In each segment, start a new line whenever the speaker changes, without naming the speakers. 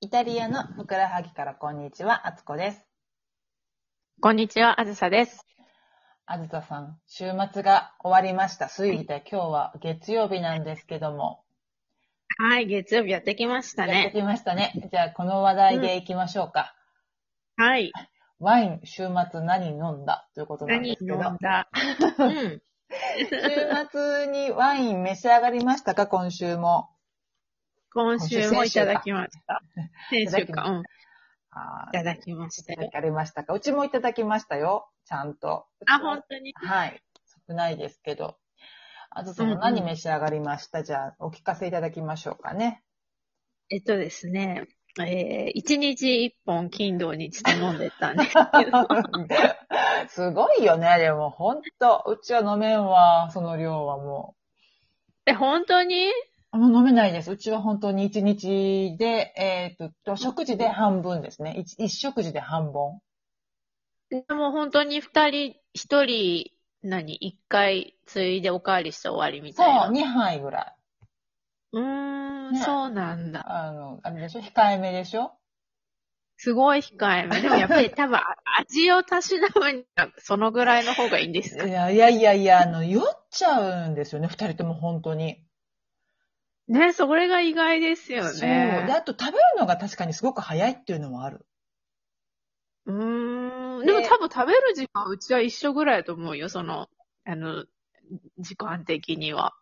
イタリアのふくらはぎからこんにちは、あつこです。
こんにちは、あずさです。
あずささん、週末が終わりました。過ぎて、今日は月曜日なんですけども。
はい、月曜日やってきました
やっ
ね。
てきましたね。じゃあ、この話題でいきましょうか。
はい、
ワイン、週末何飲んだということなん
何
ですけ
飲
ど。
んだうん。
週末にワイン召し上がりましたか今週も。
今週もいただきました。
週
先
か
週か、うん。い
あー
ただきました
いただ
よ。
かれましたかうちもいただきましたよ。ちゃんと。
あ、本当に。
はい。少ないですけど。あずさ
うん
も
うん
何召し上がりました、じゃあ、お聞かせいただきましょうかね。、
えっとですね、えー、一日一本金土日と飲んでたん ですけど
すごいよね、でも、ほんと。うちは飲めんわ、その量はも
え、本当に
う。もう飲めないです。うちは本当に1日で、えーっと、食事で半分ですね。一一食事で半本。
でも本当に二人、一人、何、一回ついでおかわりして終わりみ
そ
た
う
い
2
な。、
杯ぐらい。
うーん、
ね
そうなんだ。
あの、あれでしょ控えめでしょ
すごい控えめ。でもやっぱり多分、味をたしなむには、そのぐらいの方がいいんですか
い
ね。
やいやいやいや、あの、酔っちゃうんですよね、二人とも本当に。
ね、それが意外ですよ
そう。で、
ね。
あと食べるのが確かにすごく早いっていうのもある。
うーん。でも
で
多分食べる時間、うちは一緒ぐらいだと思うよ、その、あの、時間的には。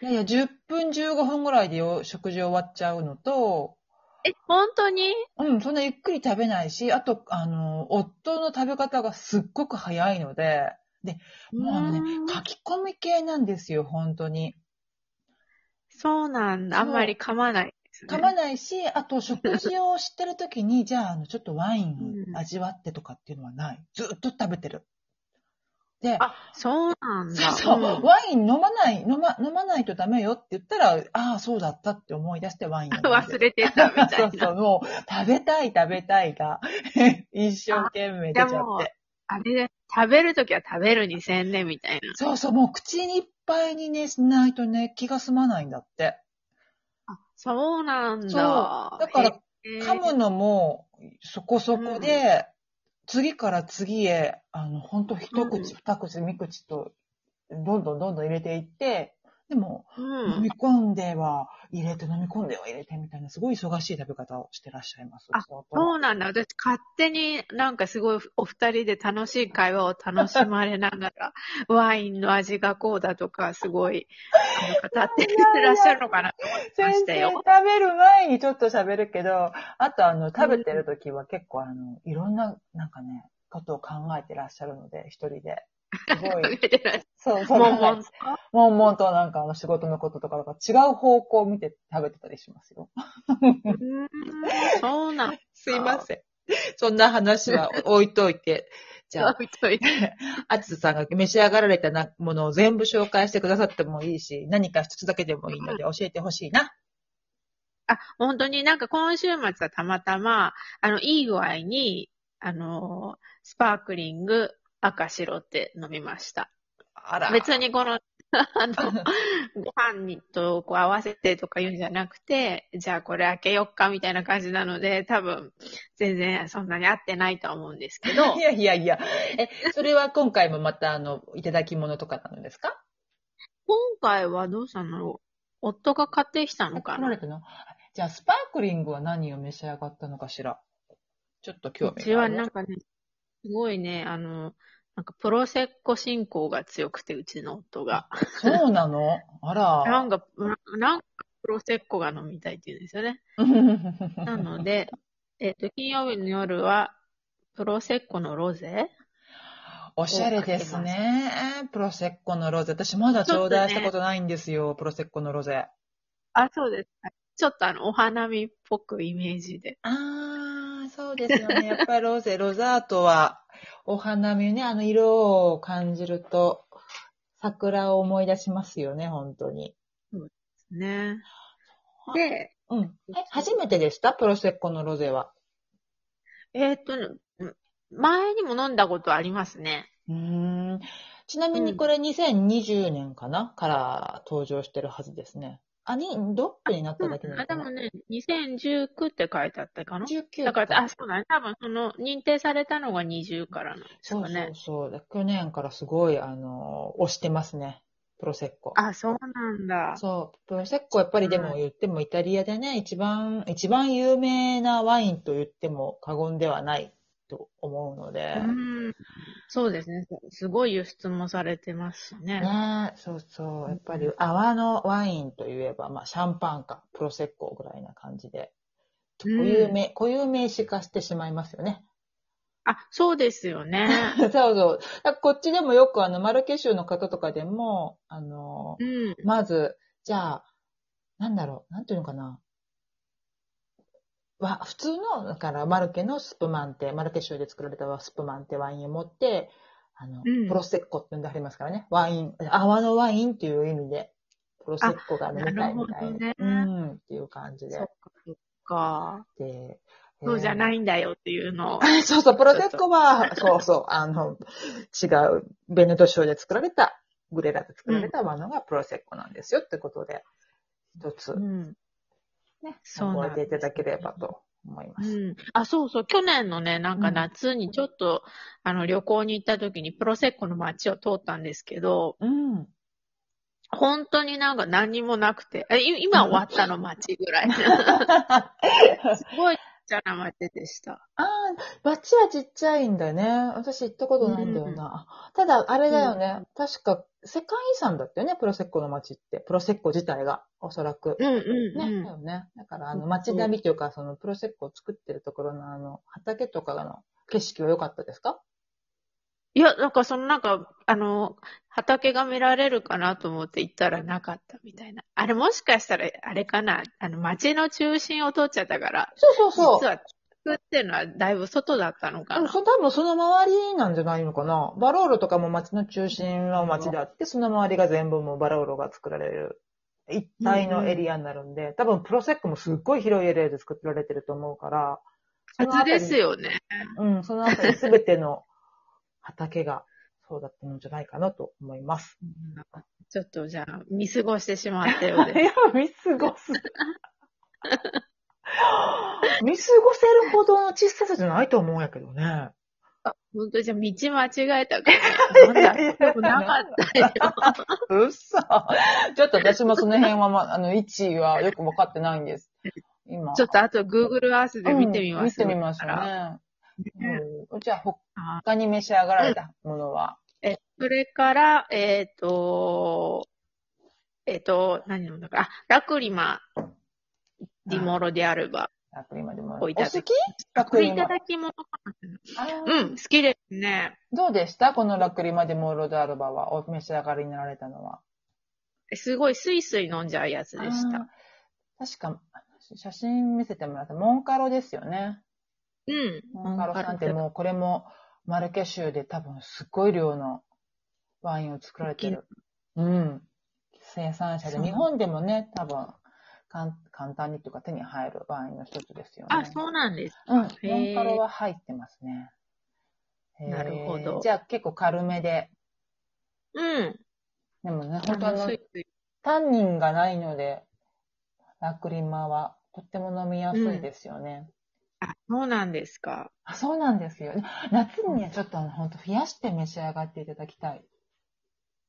いやいや、10分15分ぐらいでよ食事終わっちゃうのと、
え、本当に
うん、そんなゆっくり食べないし、あと、あの、夫の食べ方がすっごく早いので、もうね
ーん、
書き込み系なんですよ、本当に。
そうなんだ。あ
そうん
まり噛まないですね。
噛まないし、あと食事をしてる時に、じゃあ、あの、ちょっとワイン
うん
を味わってとかっていうのはない。ずっと食べてる。で、
あ、そうなんだ。
そうそう、
うん
ワイン飲まない、飲ま、飲まないとダメよって言ったら、ああ、そうだったって思い出してワイン飲んで
忘れてたみたいな。
そうそう、もう、食べたい食べたいが、 一生懸命出ちゃっ
でも
て。
あれで、食べるときは食べるにせんね、みたいな。
そうそう、もう口にいっぱいにね、しないとね、気が済まないんだって。
そうなん
そう。
だ。
だから、
へー
噛むのも、そこそこで、次から次へ、あの、ほんと一口、
う
二口、三口と、どんどんどんどん入れていって、でも、
うん
飲み込んでは入れて、飲み込んでは入れてみたいな、すごい忙しい食べ方をしてらっしゃいます。
あ
相当
そうなんだ。私、勝手になんかすごいお二人で楽しい会話を楽しまれながら、 ワインの味がこうだとか、すごい、あの、語ってらっしゃるのかなと思ってま
先
した
生食
よ。
べる前にちょっと喋るけど、あとあの、食べてる時は結構あの、いろんな、なんかね、ことを考えてらっしゃるので、一人で。すご
食
い。
べてらっし
そう、
ゃ
そう、
る。
な
も
んか
んもんと。
もんもんとなんかあの仕事のこととか、違う方向を見て食べてたりしますよ。
うーんそうなんだ。
すいません。そんな話は置いといて、じ ゃあ、
置いといて
あつさんが召し上がられたなものを全部紹介してくださってもいいし、何か一つだけでもいいので教えてほしいな。
あ、本当になんか今週末はたまたま、あの、いい具合に、あの、スパークリング赤白って飲みました。
あら。
別にこの、 あの、ご飯にとこう合わせてとか言うんじゃなくて、じゃあこれ開けよっかみたいな感じなので、多分、全然そんなに合ってないとは思うんですけど
い、やいやいや。え、それは今回もまた、あの、いただき物とかなんですか
今回はどうしたんだろう夫が買ってきたのか
取ら
な
れたのじゃあ、スパークリングは何を召し上がったのかしらちょっと興
う
味
ち
があ
は
る。
なんかね、すごいね、あの、なんかプロセッコ進行が強くて、うちの夫が。
そうなのあ
なん
ら。
か、なんかプロセッコが飲みたいって言うんですよね。なので、えっ、と、金曜日の夜は、プロセッコのロゼ
おしゃれですね。プロセッコのロゼ。私まだ頂戴したことないんですよ。プロセッコのロゼ。
あ、そうですか。ちょっとあの、お花見っぽくイメージで。
あー、そうですよ ね。やっぱりロゼ、ロザートは、お花見ね、あの色を感じると、桜を思い出しますよね、本当に。
ね。で、
うん。え、初めてでしたプロセッコのロゼは。
えっ、と、うん前にも飲んだことありますね。
うん。ちなみにこれ2020年かな、から登場してるはずですね。あ、に、ドップになっただけ
う
なん
あ、
の
で
かな
もね、2019って書いてあったかな。
19
だから、
か
あ、そうだね。多分、その、認定されたのが20からなんです
そう
か
そう
ね。
そう。去年からすごい、あの、押してますね。プロセッコ。
あ、そうなんだ。
そう。プロセッコやっぱりでも
うん
言ってもイタリアでね、一番、一番有名なワインと言っても過言ではないと思うので。
うん。そうですね。すごい輸出もされてますしね。
ねえ、そうそう。やっぱ
う
り泡のワインといえば、まあ、シャンパンか、プロセッコぐらいな感じで、固
うん
有名、固有名詞化してしまいますよね。
あ、そうですよね。
そうそう。だからこっちでもよく、あの、マルケ州の方とかでも、あの、
うん。
まず、じゃあ、なんだろう、なんていうのかな。わ普通の、だから、マルケのスプマンテ、マルケ州で作られたスプマンテワインを持って、あの、
うん
プロセッコって呼んでありますからね。ワイン、泡のワインっていう意味で、プロセッコが飲みたいみたいな。
なるほどね
うん、っていう感じで
そ。っか、そっか。
で。
そうじゃないいんだよっていうのを。
そうそう、プロセッコは、そうそう、あの、違う、ベネト州で作られた、グレラで作られたものがプロセッコなんですよってことで、一つ
うん。
ね、
そう
覚
な
え
ん
て
で
いただければと思いま
う
す。
ん。あ、そうそう。去年のね、なん
う
か
ん
夏にちょっと、あの、旅行に行った時にプロセッコの街を通ったんですけど、
うん。
本当になんか何にもなくて、えい今終わったの街ぐらい。 す
あ
ごいちっちゃな街でした。
あー、バチはちっちゃいんだね。私行ったことないんだよな。ただ、あれだよね。確か、世界遺産だったよね、プロセッコの街って。プロセッコ自体が、おそらく。
う
ね、
んうん
だ
うん。
よね。だから、あ
う
の、
ん
街並みというか、その、プロセッコを作ってるところの、あの、畑とかの景色は良かったですか
いや、なんかそのなんか、あの、畑が見られるかなと思って行ったらなかったみたいな。あれもしかしたら、あれかな、あの、街の中心を通っちゃったから、
そう
実
そうそう。
は、作ってるのはだいぶ外だったのか
でも
な。
そ多分その周りなんじゃないのかな。バローロとかも町の中心は町であって、その周りが全部もうバローロが作られる一体のエリアになるんで、多分プロセックもすっごい広いエリアで作られてると思うから、その
初
辺り
ですよね。
うん、そのあたりすべての畑がそうだったんじゃないかなと思います。
ちょっとじゃあ、見過ごしてしまったよう
い
で。
や、 見過ごす。見過ごせるほどの小ささじゃないと思うんやけどね。
本当じゃあ、道間違えたから、な んだ、でもなかったよ。
うっそ。ちょっと私もその辺は、ま、あの、位置はよく分かってないんです。今。
ちょっとあと Google Earth で見てみます、
うん見てみましょう
だから
ね。
ね
うんじゃあ、
あ
他に召し上がられたものは、
え、それから、えっ、と、えっ、と、何飲んだか、あ、ラクリマ、ディモロディアルバ。
ラクリマでも。お
お
好
いただ
きラ
こ
ク
れ
リ
いた
マ。
だき物かもしれない。
あー
うん、好きですね。
どうでしたこのラクリマでモーロドアルバは、お召し上がりになられたのは。
すごいスイスイ飲んじゃうやつでし
あ
た。
ー。確か、写真見せてもらった。モンカロですよね。
うん。
モンカロさんってもう、これも、マルケ州で多分すっごい量のワインを作られてる。うん。生産者で、
そう
日本でもね、多分、かん簡単にというか手に入るワインの一つですよね。
あ、そうなんです。
うん。モ
へー
ンカロは入ってますね。へー
なるほど
じゃあ結構軽めで。
うん。
でもね、
あ
本当あ
の、
の
ス、イスイ。
タンニンがないので、ラクリマはとっても飲みやすいですよね。
あ、そうなんですか。
あ、そうなんですよ。夏にはちょっとあの、本当冷やして召し上がっていただきたい。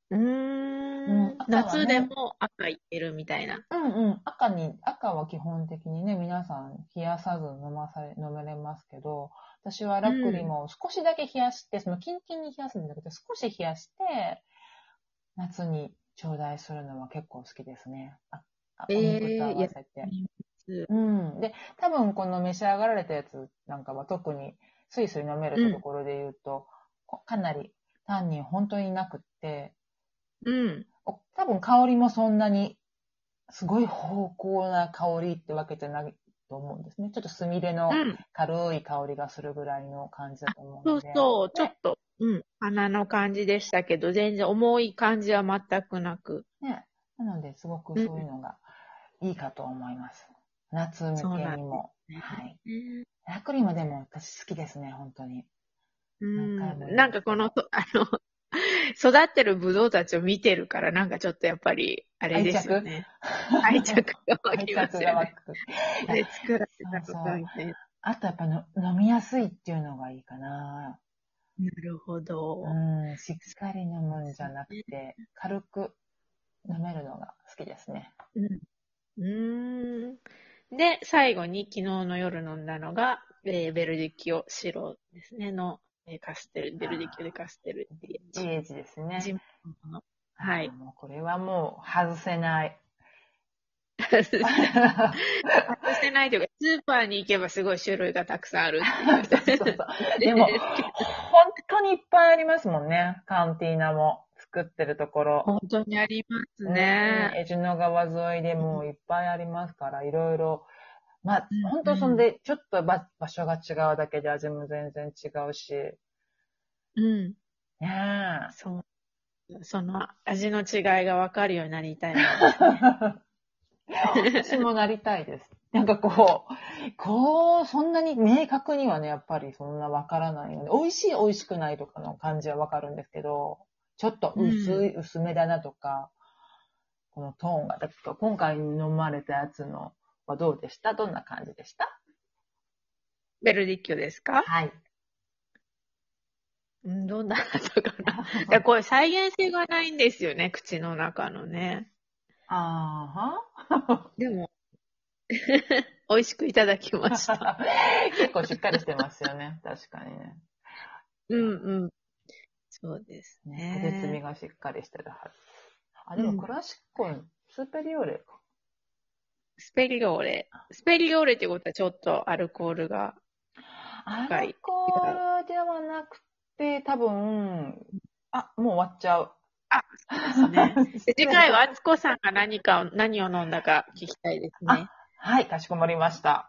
うー
うん
ん。夏でも赤いってるみたいな。
うんうん。赤に、赤は基本的にね、皆さん冷やさず飲まされ、飲めれますけど、私はラクリマを少しだけ冷やして、そのキンキンに冷やすんじゃなくて、少し冷やして、夏に頂戴するのは結構好きですね。あ、あお
えー
肉と合わせて。うん。で、多分この召し上がられたやつなんかは特にスイスイ飲めるってところで言うと、こかなりタンニン本当になくって、
うん。
お多分香りもそんなに、すごい芳香な香りってわけじゃないと思うんですね。ちょっとスミレの
うん。
軽い香りがするぐらいの感じだと思う
そ
の
う
で。
そう。ちょ
ね
っと、うん。鼻の感じでしたけど、全然重い感じは全くなく。
ねなので、すごくそういうのがいいかと思います。夏向
そう
け
な
に
んで
も。
ね
はい。
うん
ラクリマでも私好きですね、本当に。
う
何回も言います
んなんかこの、とあの、 育ってるブドウたちを見てるから、なんかちょっとやっぱり、あれですよね。愛着が湧きますよね。で、作られたことはね。
あとやっぱの飲みやすいっていうのがいいかな。
なるほど。
うん、しっかり飲むんじゃなくて、軽く飲めるのが好きですね。
うん。うーん。で、最後に昨日の夜飲んだのが、えーベルディキオ白ですね、の、えーカステル、ベルディキオでカステルっていう。
GH ですね。
ジムのはい
あ。もうこれはもう外せない。
外してないというか、スーパーに行けばすごい種類がたくさんある
そうそうそうでも、本当にいっぱいありますもんね。カンティーナも作ってるところ。
本当にありますね。
うん。江ノ川沿いでもういっぱいありますから、いろいろ。まあ
うん、
本当そんで、ちょっとば場所が違うだけで味も全然違うし。
うん。
ねえ。
そう。その味の違いが分かるようになりたいな。
私もなりたいです。 なんかこう、こう、そんなに明確にはね、やっぱりそんなわからないので、美味しい美味しくないとかの感じはわかるんですけど、ちょっと薄い、薄めだなとか、このトーンが、だから今回飲まれたやつのはどうでしたどんな感じでした
ベルディッキョですか
はい。
うん、どんな後かな。いや、これ再現性がないんですよね、口の中のね。
あ
でも、 美味しくいただきまし
ー
た。
は結構しっかりしてますよね。確かにね。
うんうん。そうです
ね、骨組み
ね。
がしっかりしてるはず。あ、でも
うん
クラシックのスーペリオーレか。
スペリオーレ。スペリオーレってことはちょっとアルコールが。
ア
はい
ルコールではなくて、多分、あ、もう終わっちゃう。
ですね。で次回は、敦子さんが何かを、何を飲んだか聞きたいですね。
はい、かしこまりました。